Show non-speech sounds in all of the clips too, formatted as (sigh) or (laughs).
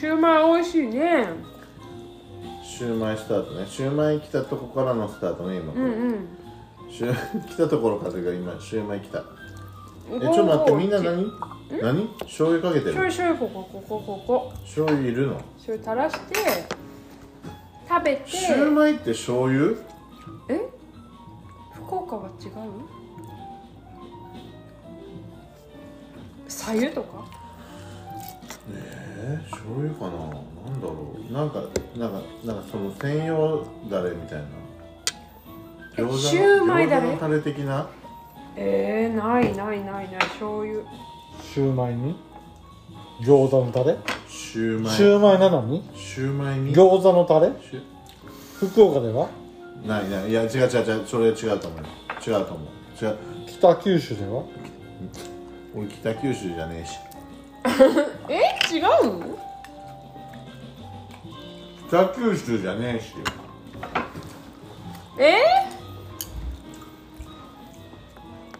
シューマイ美味しいねシューマイスタートねシューマイ来たとこからのスタートね今うこれ、んシュー来たところ風が今シューマイ来たうえんちょっと待ってみんな何何醤油かけて醤油醤る油ここここここ醤油いるの醤油垂らして食べてシューマイって醤油え福岡は違うさゆとかえー、醤油かななんだろうなんかなんかなんかその専用だれみたいなえ餃子のシューマイだれ餃子のタレ的なえー、ないないないない醤油シューマイに餃子のタレ、シューマイシューマイなのにシューマイに餃子のタレシュ福岡ではないないいや違う違う違うそれ違うと思う違うと思う違う北九州では俺北九州じゃねえしえ違う北九州じゃねえしえ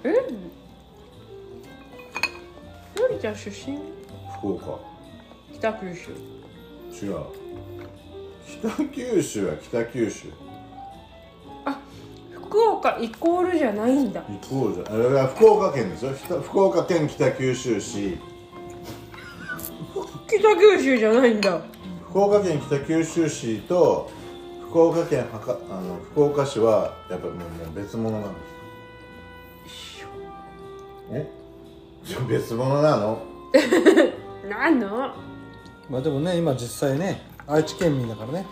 えのりちゃん出身福岡北九州違う北九州は北九州福岡イコールじゃないんだ行こうじゃあれは福岡県ですよ北福岡県北九州市北九州じゃないんだ福岡県北九州市と福岡県はかあの福岡市はやっぱもうもう別物なんですえじゃあ別物なのなんのまあでもね今実際ね愛知県民だからね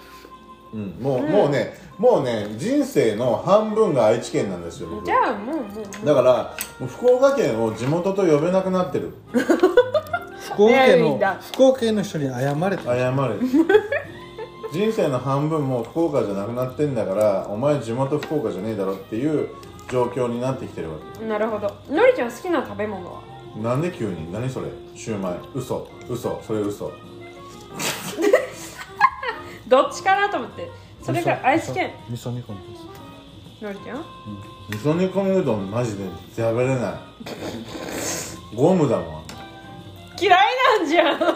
うんもう、もうねもうね人生の半分が愛知県なんですよ僕じゃあもうもうだからもう福岡県を地元と呼べなくなってる福岡県いやいいんだの福岡県の人に謝れて謝れ人生の半分もう福岡じゃなくなってんだからお前地元福岡じゃねえだろっていう状況になってきてるわなるほどのりちゃん好きな食べ物はけなんで急に何それシューマイ嘘嘘それ嘘どっちかなと思ってそれが愛知県味噌味噌煮込みですのりちゃん味噌煮込みうどんマジで食べれないゴムだもん嫌いなんじ (laughs) ゃんダメ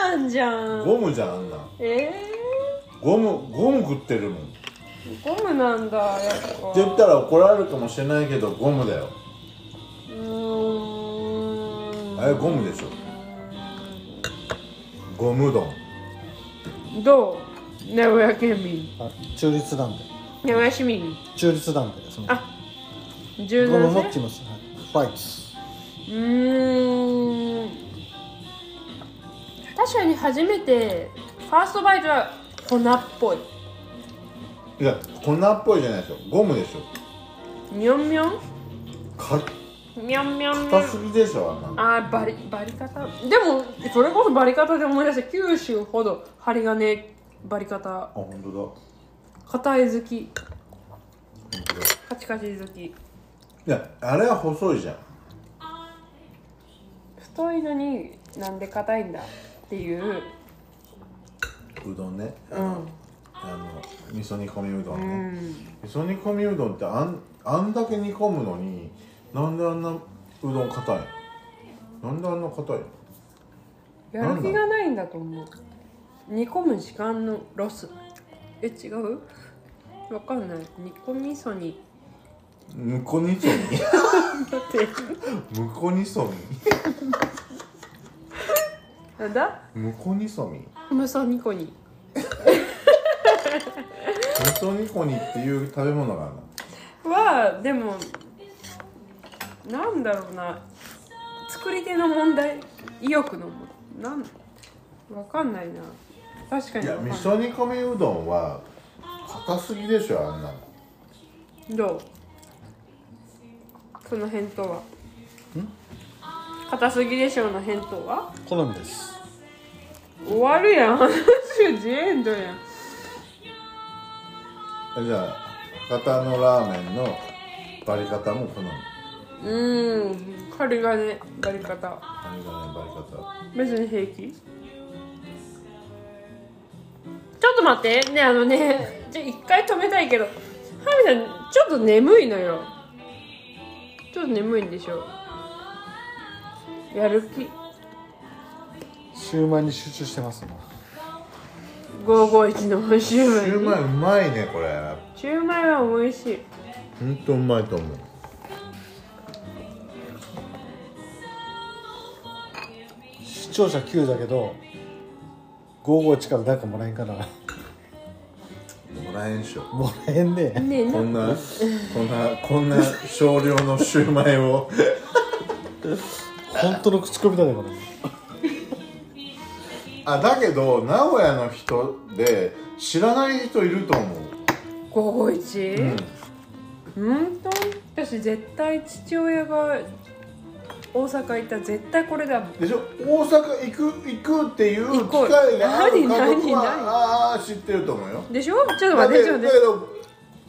なんじゃんゴムじゃんあんなえゴムゴム食ってるもんー、ゴムなんだやっぱって言ったら怒られるかもしれないけどゴムだようーんあれゴムでしょゴムうどんどう名古屋県民あ中立なんで名古屋市民中立なんでそのあ柔ゴム軟持性ってますはいファイツうーん確かに初めてファーストバイトは粉っぽいいや粉っぽいじゃないですよゴムでしょみょんみょんかみょんみょんみょん硬すぎでしょあんなのあーバリバリ方でもそれこそバリ方で思い出した九州ほど針金バリ方あ本当だ本硬い好き当だカチカチ好きいやあれは細いじゃん太いのになんで硬いんだっていううどんねうんあの味噌煮込みうどうんね、ん味噌煮込みうどんってあんあんだけ煮込むのになんであんなうどん硬いのなんであんな硬いのやる気がないんだと思う煮込む時間のロスえ違うわかんない煮込みそにむこにそにだって (laughs) むこにそなんだみむこにそみむそにこにむそにこにっていう食べ物があるのはでもなんだろうな作り手の問題意欲の問題なんわかんないな確かいにやわかん味ない噌煮込みうどんは硬すぎでしょあんなのどうその返答は硬すぎでしょうの返答は好みです終わるやん話ジエンドやんえじゃあ博多のラーメンのバリ方も好みうーん針金バリ方あれがねバリ方別に平気ちょっと待ってねあのねじゃあ一回止めたいけどハミさんちょっと眠いのよちょっと眠いんでしょやる気シューマイに集中してます今551のシュシューーママイイうまいねこれシューマイは美味しいほんとうまいと思う視聴者9だけど551からなんかもらえんかなもらえんしょもらえんねねえこなんなこんなこんな少量のシューマイを本当の口コミだねこれあだけど名古屋の人で知らない人いると思う、 551うんと私絶対父親が大阪行ったら絶対これだもんでしょ大阪行く行くっていう行機こう会がある家何族は何何ああ知ってると思うよでしょちょっと待ってちょっとだ待けっど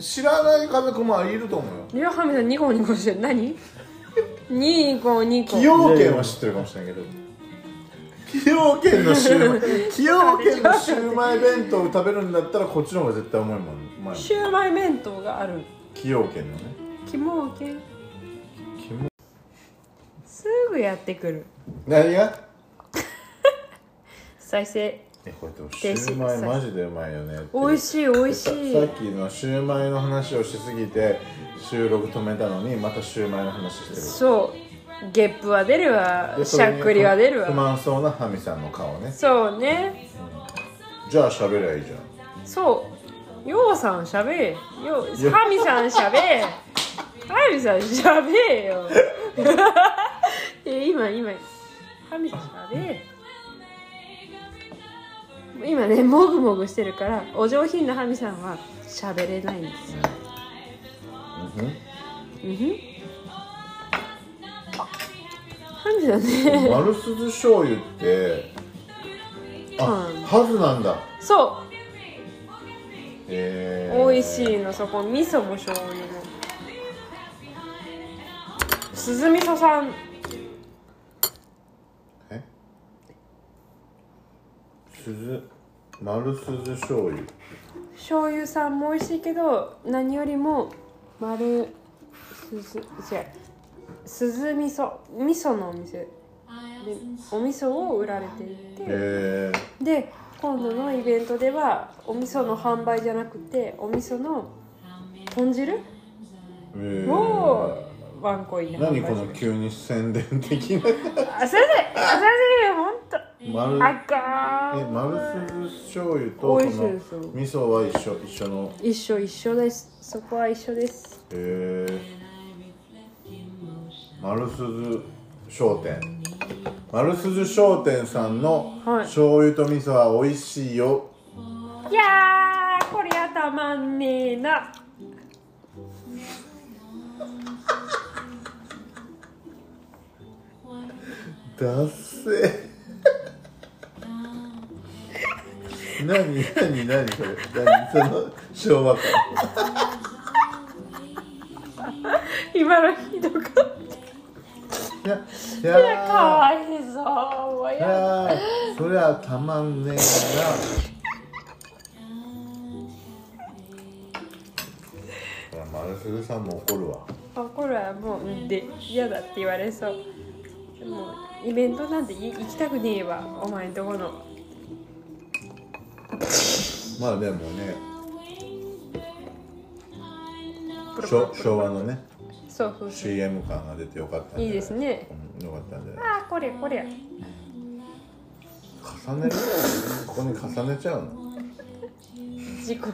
知らない家族もいると思うよてでハミさんニコニコしてる何ニコニコ崎陽軒は知ってるかもしれないけど崎陽軒のシューマイ (laughs) 崎陽軒のシューマイ弁当を食べるんだったらこっちの方が絶対重いもんう (laughs) まいもんシューマイ弁当がある崎陽軒のねキモウケキモすぐやってくる何が再生えこれでもシ停止ューマイマジでうまいよねって美味しい美味しいささっきのシューマイの話をしすぎて収録止めたのにまたシューマイの話してるそうゲップは出るわでしそれゃっにくりは出る不わ満そうなハミさんの顔ねそうねじゃあ喋りゃいいじゃんそうようさんしゃべえようハミさんしゃべえハミさんしゃべえよえ今今ハミさんしゃべえ今ねもぐもぐしてるからお上品なハミさんはしゃべれないんですうんふんハミさんね (laughs) 丸すず醤油ってあうんはずなんだそえうー、美味しいのそこ味噌も醤油も鈴味噌さんえすず丸すず醤油醤油さんも美味しいけど何よりも丸鈴違う鈴味噌味噌のお店でお味噌を売られていてえー、で今度のイベントではお味噌の販売じゃなくてお味噌の豚汁えーをワンコインで販売何この急に宣伝的なあ先生あ先生本当丸あかえん丸すず醤油と美味しいそのですよ味噌は一緒一緒の一緒一緒ですそこは一緒ですへえ丸すず商店丸すず商店さんのはい醤油と味噌は美味しいよ、いやーこりゃたまんねえなだっせー何何何それ何その昭和感今のひどかっいやいたらかやわいそうもうーいややーそりゃたまんねえないや丸すずさんも怒るわあこれはもううんで嫌だって言われそうもうイベントなんてい行きたくねえわお前んとこのまあでもねプロプロ昭昭和のねそうそうそう CM 感が出てよかったんじゃないいいですねうんよかったんじゃないあーこれこれ重ねるここに重ねちゃうの事故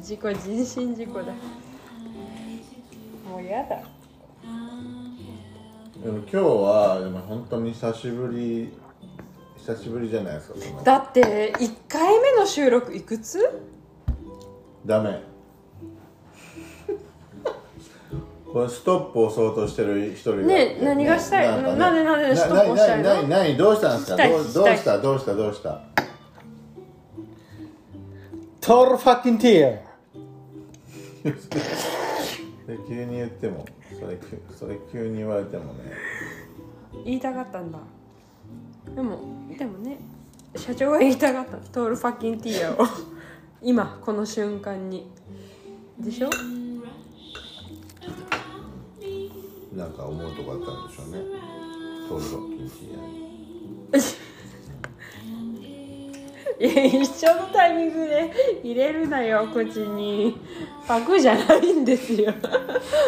事故人身事故だもうやだでも今日はでも本当に久しぶり久しぶりじゃないですかそのだって1回目の収録いくつ (laughs) ダメこれストップ押そうとしてる一人がいてねえ何がしたいんかななんでなんでストップ押したいのなななななどうしたんです聞きたかいどう聞きどうたいしたどうしたどうしたトールファッキンティで急に言ってもそれ急それ急に言われてもね言いたかったんだでもでもね社長が言いたかったトールファッキンティーヤを今この瞬間にでしょなんか思うとこあったんでしょうね。トールロッキンティーヤにいや一緒のタイミングで入れるなよ口にパクじゃないんですよ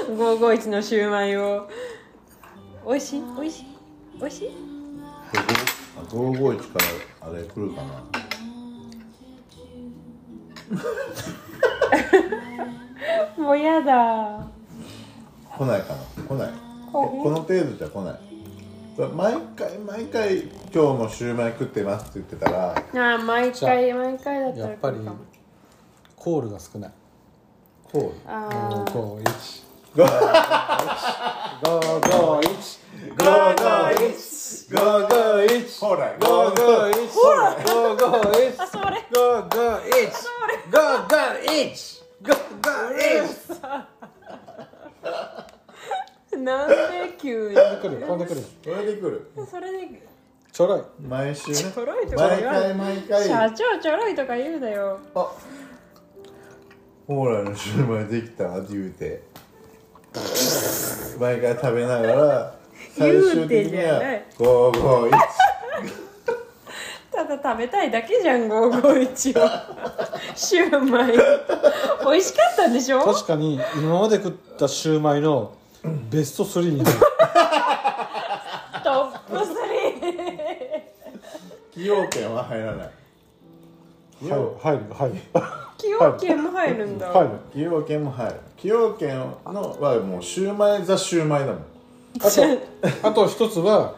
551のシューマイを美味しい美味しい美味しいあ551からあれ来るかなもうやだ来ないかな来ないここの程度じゃ来ないだ毎回毎回今日もシューマイ食ってますって言ってたらああ毎回毎回だったらやっぱり来るかもコールが少ないこああ551 551うゴーゴーイチゴーゴーイチほらゴーゴーイチほら551あそれゴーゴーイチゴーゴーイチゴーゴーイチなんで急に来る飛んでくるこれで来るそれでちょろい毎週ねちょろいとか毎言わない回毎回社長ちょろいとか言うなよあオーラのシューマイできたって言うて毎回食べながら最終的言うてにじゃなはいゴーゴーイチただ食べたいだけじゃん551はシューマイ美味しかったんでしょ確かに今まで食ったシューマイのベスト3に入るトップ3崎陽軒は入らない崎陽入る入る崎陽軒も入るんだ、入る崎陽軒も入る崎陽軒のはもうシューマイザシューマイだもんあとあと一つは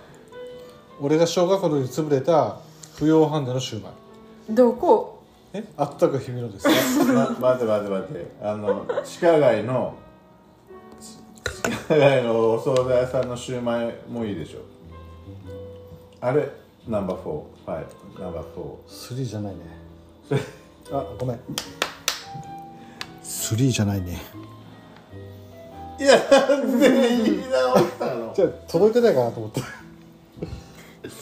俺が小学校の時に潰れた不要ハンデのシューマイどこえあったか日々のですねま、待て待て待てあの地下街の地地下街のお惣菜屋さんのシューマイもいいでしょあれナンバー4はいナンバー4 3じゃないねあごめん3じゃないねいやなんで言い直したのじゃあ届いてないかなと思って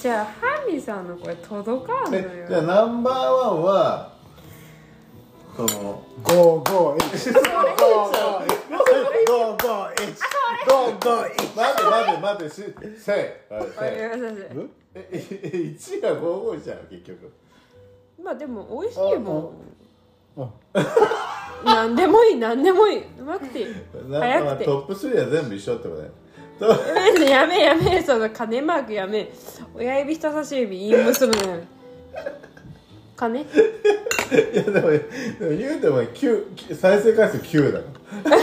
じゃあハミさんの声届かんのえじゃあよナンバーワンはその5 5 1 5 5 1 5 5 1 5 5 1待て待て待てしせいはいあいせいやいやいやえ1が55じゃん結局まあでも美味しいもああん何でもいい何でもいいうまくていいなん早かくてトップ3は全部一緒ってことだよとやめ (laughs) やめやめその金マークやめ親指人差し指インムするのやめ金いやでもでも言うても9再生回数9だから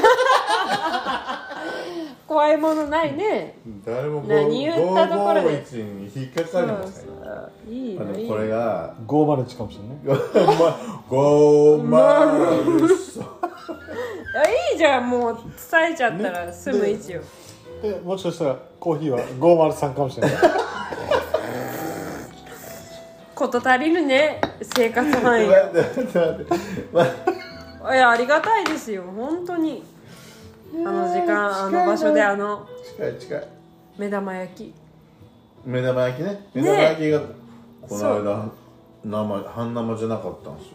怖いものないね誰も何言ったところで551に引っかかりませんういいあのいのいこれのが501かもしれないね5マあいいじゃんもう伝えちゃったら済む位置よえもしかしたらコーヒーは503かもしれないこと足りるね生活範囲待って待って待って待っていやありがたいですよ本当にあの時間あの場所であの近い近い目玉焼き目玉焼きね目玉焼きがこの間生半生じゃなかったんですよ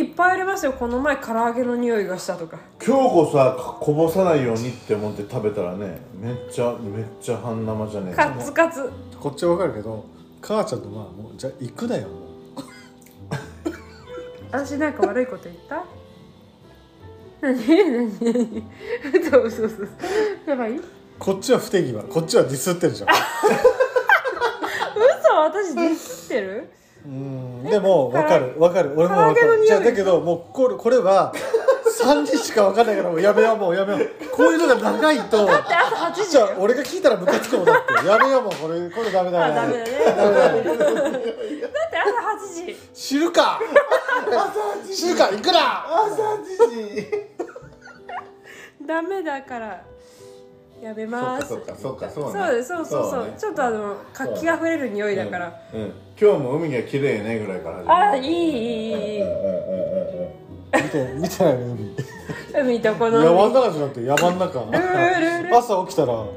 いっぱいありますよこの前唐揚げの匂いがしたとか今日こそはこぼさないようにって思って食べたらねめっちゃめっちゃ半生じゃねえカッツカツこっちはわかるけど母ちゃんとまあもうじゃあ行くなよもう私なんか悪いこと言った何何何そうそうそうやばい嘘こっちは不手際こっちはディスってるじゃん私ディスってるうんでも分かる分かる俺も分か唐揚げの匂るいじゃあだけどもうこれこれは3人しか分かんないからもうやめようもうやめようこういうのが長いとあと8時じゃだあよ俺が聞いたらムカつくもんだってやめようもうこれこれダメあダメダメだねだって朝8時知 (laughs) るか知るか行くな朝7時ダメだからやめますそっかそっかそそううかですそうそうそうねちょっとあの活気あふれる匂いだから、うん、うん今日も海が綺麗ねぐらいから始まるあいいいいいいいいうんうんうんうん見て見てないの海海とこ山のん中じゃなくて山ん中るるる朝起きたらそう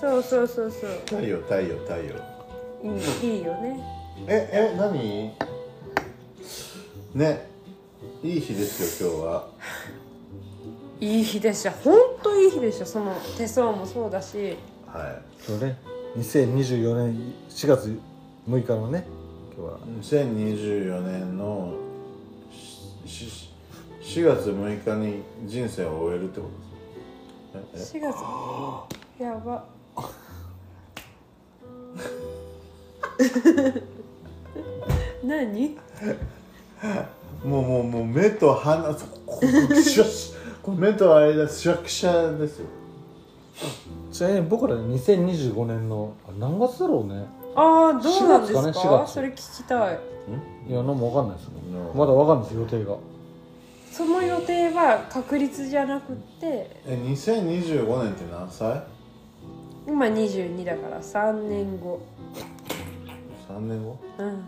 そうそうそう太陽太陽太陽いいいいよねええ何ねいい日ですよ今日はいい日でした本当いい日でしたその手相もそうだしはそうね2024年4月6日のねい今日は2024年のしし4月6日に人生を終えるってことです4月や (laughs) ば何えもうもうもう目と鼻ここシュッシュ (laughs) これ目と間シャクシャですよちなみに僕ら2025年のあ何月だろうねああどうなんですか4月かね4月それ聞きたいいや何もわかんないですねうんまだわかんないです予定がその予定は確率じゃなくってえ2025年って何歳今22だから3年後 ?3 年後うん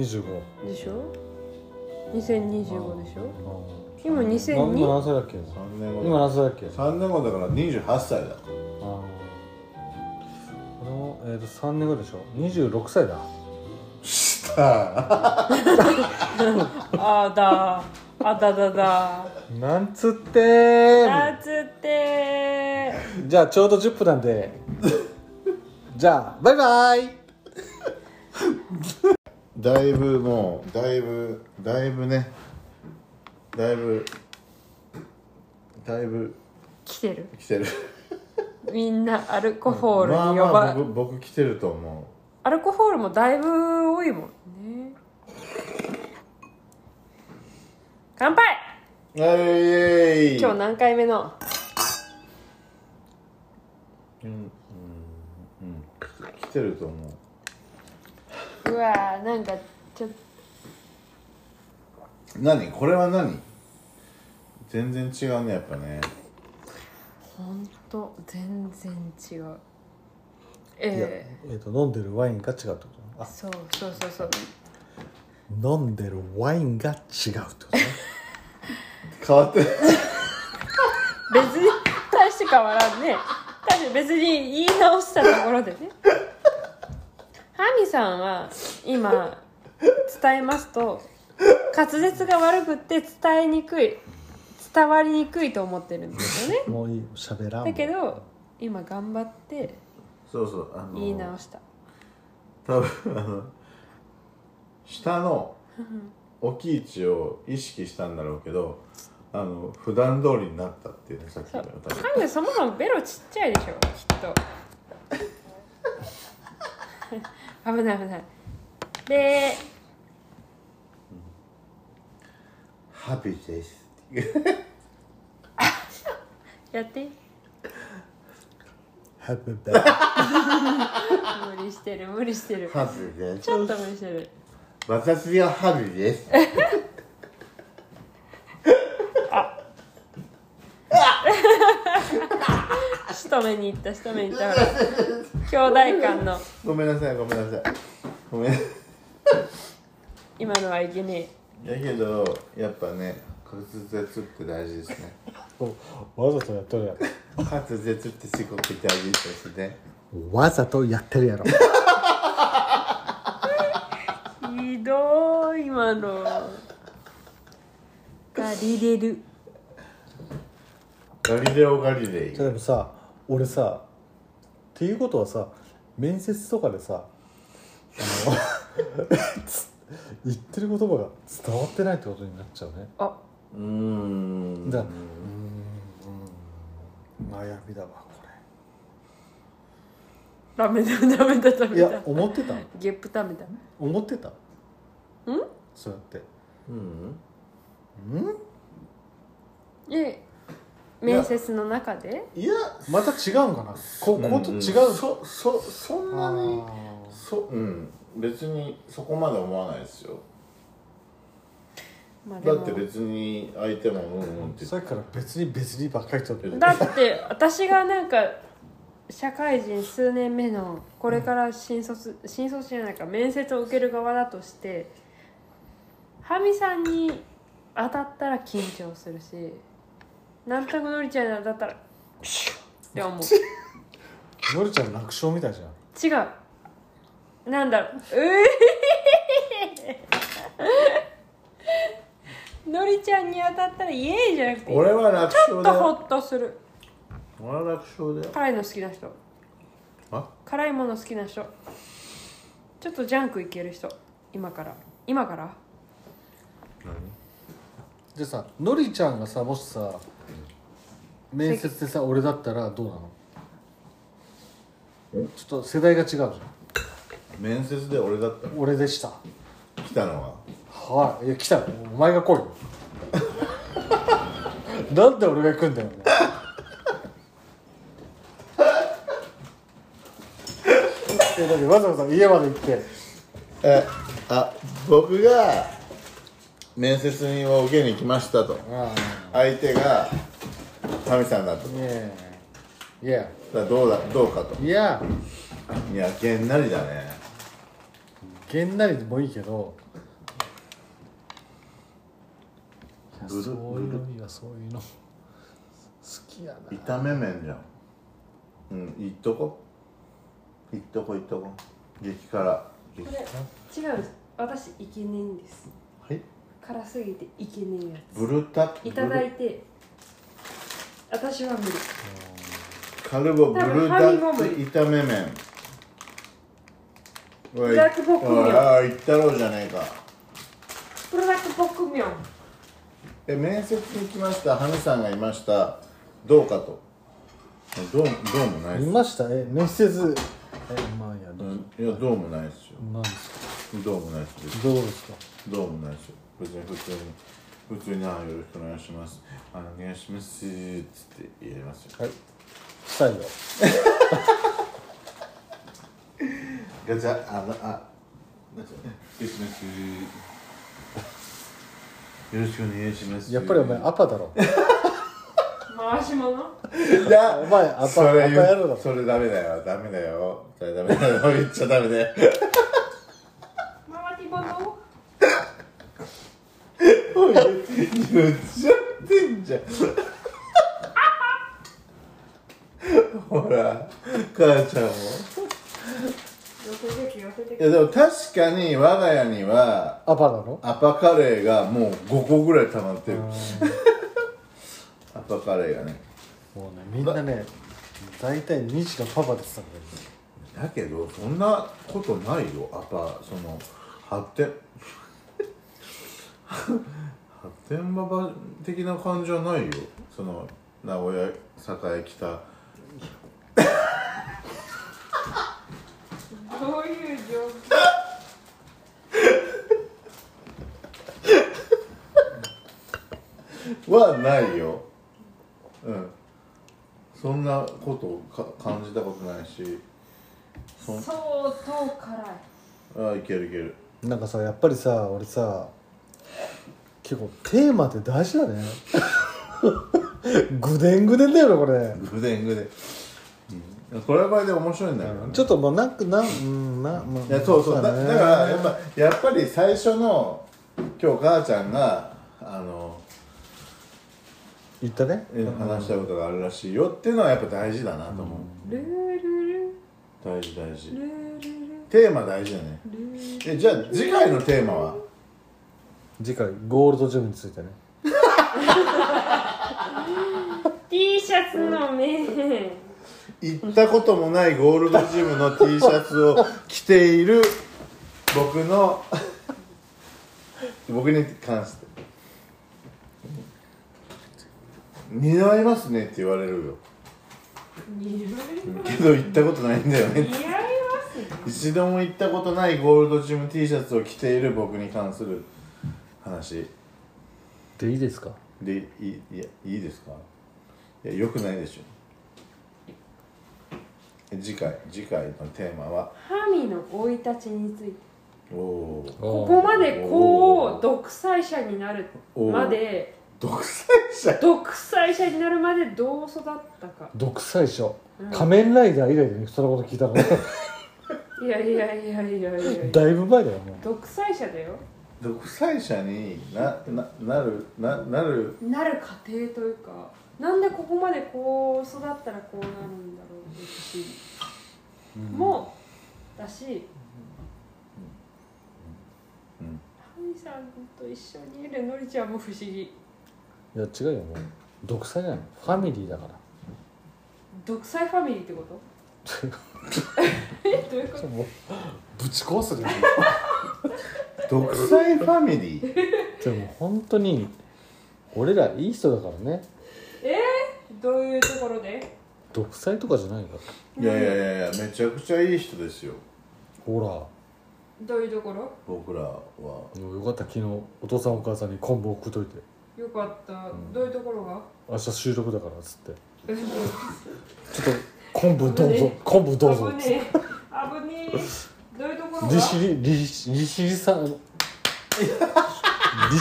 25でしょ2025でしょあ今ーな今2002何歳だっけ3年後今何歳だっけ3年後だから28歳だあーこれも、えー、と3年後でしょ26歳だしたあだあだだだなんつってーあつってじゃあちょうど10分なんで (laughs) じゃあバイバイだいぶもうだいぶだいぶねだいぶだいぶ来てる来てるみんなアルコホールにまあ呼ば、まあ僕僕来てると思アルコホールもだいぶ多いもんね乾杯うえいえい今日何回目の来てると思ううわーなんかちょっと何これは何全然違うねやっぱねほんと全然違ういやえええー、と飲んでるワインが違うってことあそうそうそうそう飲んでるワインが違うってこ (laughs) とね変わってない別に大して変わらんね確かに別に言い直したところでねハミさんは今伝えますと滑舌が悪くって伝えにくい伝わりにくいと思ってるんですよねもういい喋らんだけど今頑張ってそうそうあの言い直した多分あの下の置き位置を意識したんだろうけどあの普段通りになったっていうねさっきの多分ハミそもそもベロちっちゃいでしょきっと危ない危ないでハッピーですやってハッピ (laughs) ーバー無理してる無理してるハッピーですちょっと無理してる私がハッピーです一目に行った一目に行 (laughs) ったほら兄弟間のごめんなさいごめんなさいごめんい今のはいけねやけどやっぱね滑舌って大事ですねわざとやっとるや滑舌ってすごく大事ですね (laughs) ろわざとやってるやろえひどい今のがリレルガリレオ・ガリレイじゃあでもさ俺さっていうことはさ面接とかでさあの (laughs) つ言ってる言葉が伝わってないってことになっちゃうねあうーんだ悩みだわこダメだダメだダれいメやだ思ってたゲップダメだ思ってたんそうやってうんえ面接の中でいやまた違うんかなここと違う、そそそんなにあーそうん別にそこまで思わないですよまあでだもって別に相手もうんうんってさっきから別に別にばっかり言っとるだって私がなんか社会人数年目のこれから新卒新卒じゃないか面接を受ける側だとしてハミさんに当たったら緊張するしなんとなくのりちゃんに当たったらシュッって思うのりちゃん楽勝みたいじゃん違うなんだろうういのりちゃんに当たったらイエーイじゃなくてちょ俺は楽勝っだとホよッとする俺は楽勝だよ辛いの好きな人あ辛いもの好きな人ちょっとジャンクいける人今から今からじゃあさのりちゃんがさもしさ面接でさ俺だったらどうなのちょっと世代が違うじゃん面接で俺だった俺でした来たのははいいや来たよお前が来いよなんで俺が行くんだよお前えだってわざわざ家まで行ってえあ僕が面接にを受けに来ましたとあ相手が神さんだとあいやいやだからどうだどうかといやいやげんなりだねげんなりでもいいけどいやそうブルいうのいやそういうの好きやな炒め麺じゃんうんいっとこいっとこいっとこ激辛激これ違うんです私イケメンですはい辛すぎてイケメンやブルタついただいブて私は無理ルカルボブルタ多分ハミも無理炒め麺おいブラックポップミョンおいああいったろうじゃねえかプロダクトポックミョンえ面接に来ましたハミさんがいましたどうかとどうどうもないっ見すましたえ面接えまあいやどうう、んいやどうもないですよなんですかどうもないっすよどうですかどうもないですよ。別に普通に、普通に、あよろしくお願いします。あの、お願いします。つって言えますよ。はいしたいよガチャ、あの、あ、なんか失礼します。よろしくお願いします。やっぱりお前アパだろ回し物いや、お前アパそれ言うアパ野郎だそれダメだよ、ダメだよ。それダメだよ、言っちゃダメだよ。回り物言っちゃってんじゃん。ほら、母ちゃんも。寄せてけ寄せていけやでも確かに我が家にはアパだろアパカレーがもう5個ぐらい溜まってるアパカレーがねもうねみんなね大体2時のパパですからだねけどそんなことないよアパその発展発展ババ的な感じはないよその名古屋栄北どういう状況はないようんそんなことをか感じたことないしそん相当辛いあいけるいけるなんかさやっぱりさ俺さ結構テーマって大事だね (laughs) ぐでんぐでんだよねこれグデングデン、これはこれで面白いんだけどね、ちょっとまあなんかなんうんな、まあ、いやそうそうだねだからやっぱやっぱり最初の今日母ちゃんがあの言ったねえ話したいことがあるらしいよっていうのはやっぱ大事だなと思う、ルールル大事大事ルールルテーマ大事だねルーえじゃあ次回のテーマは次回ゴールドジムについてねル T シャツの面行ったこともないゴールドジムの T シャツを着ている僕の僕に関して似合いますねって言われるよ似合いけど行ったことないんだよね似合いますね一度も行ったことないゴールドジム T シャツを着ている僕に関する話でいいですかでいいいやいいですかいやよくないでしょえ次回次回のテーマはハミの生い立ちについておおーここまでこおーう独裁者になるおーまで独裁者独裁者になるまでどう育ったか独裁者、うん仮面ライダー以来でねそんなこと聞 (laughs) いたのいやいやいやいやいやいやだいぶ前だよもう独裁者だよ独裁者になななるななるなる過程というかなんでここまでこう育ったらこうなるんだろうですし、もうだし、うんうんハミさんと一緒にいるのりちゃんも不思議いや違うよもう独裁じゃないファミリーだから独裁ファミリーってことえどういうこちとょもうぶち壊すね独裁ファミリー (laughs) でも本当に俺らいい人だからねどういうところで独裁とかじゃないからいやいやいやいやめちゃくちゃいい人ですよほどういうところ僕らはらよかった昨日お父さんお母さんに昆布送っといてよかった、どういうところが明日収録だからっつって危ねちょっと昆布どうぞ昆布どうぞ (laughs) っつってえ危ねえどういうところが利尻利尻利尻さん (laughs) 利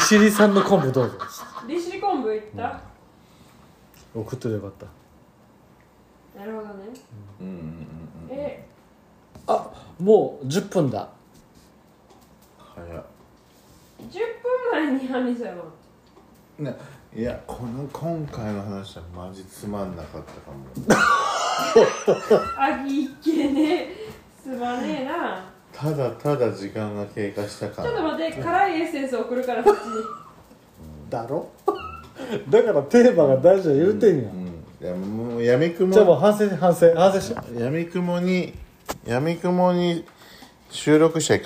尻さんの昆布どうぞっつって利尻昆布行った、送っといてよかったなるほどねうんうんうんうんえあもう10分だ早っ10分前に話したのねいやこの今回の話はマジつまんなかったかもあぎいけねすまねえなただただ時間が経過したかちょっとら待って辛いエッセンス送るからこっちにだろ (laughs) だからテーマが大事だ言うてんや、うんいやもうやみくもじゃあもう反省反省反省しようやみくもにやみくもに収録しちゃいかん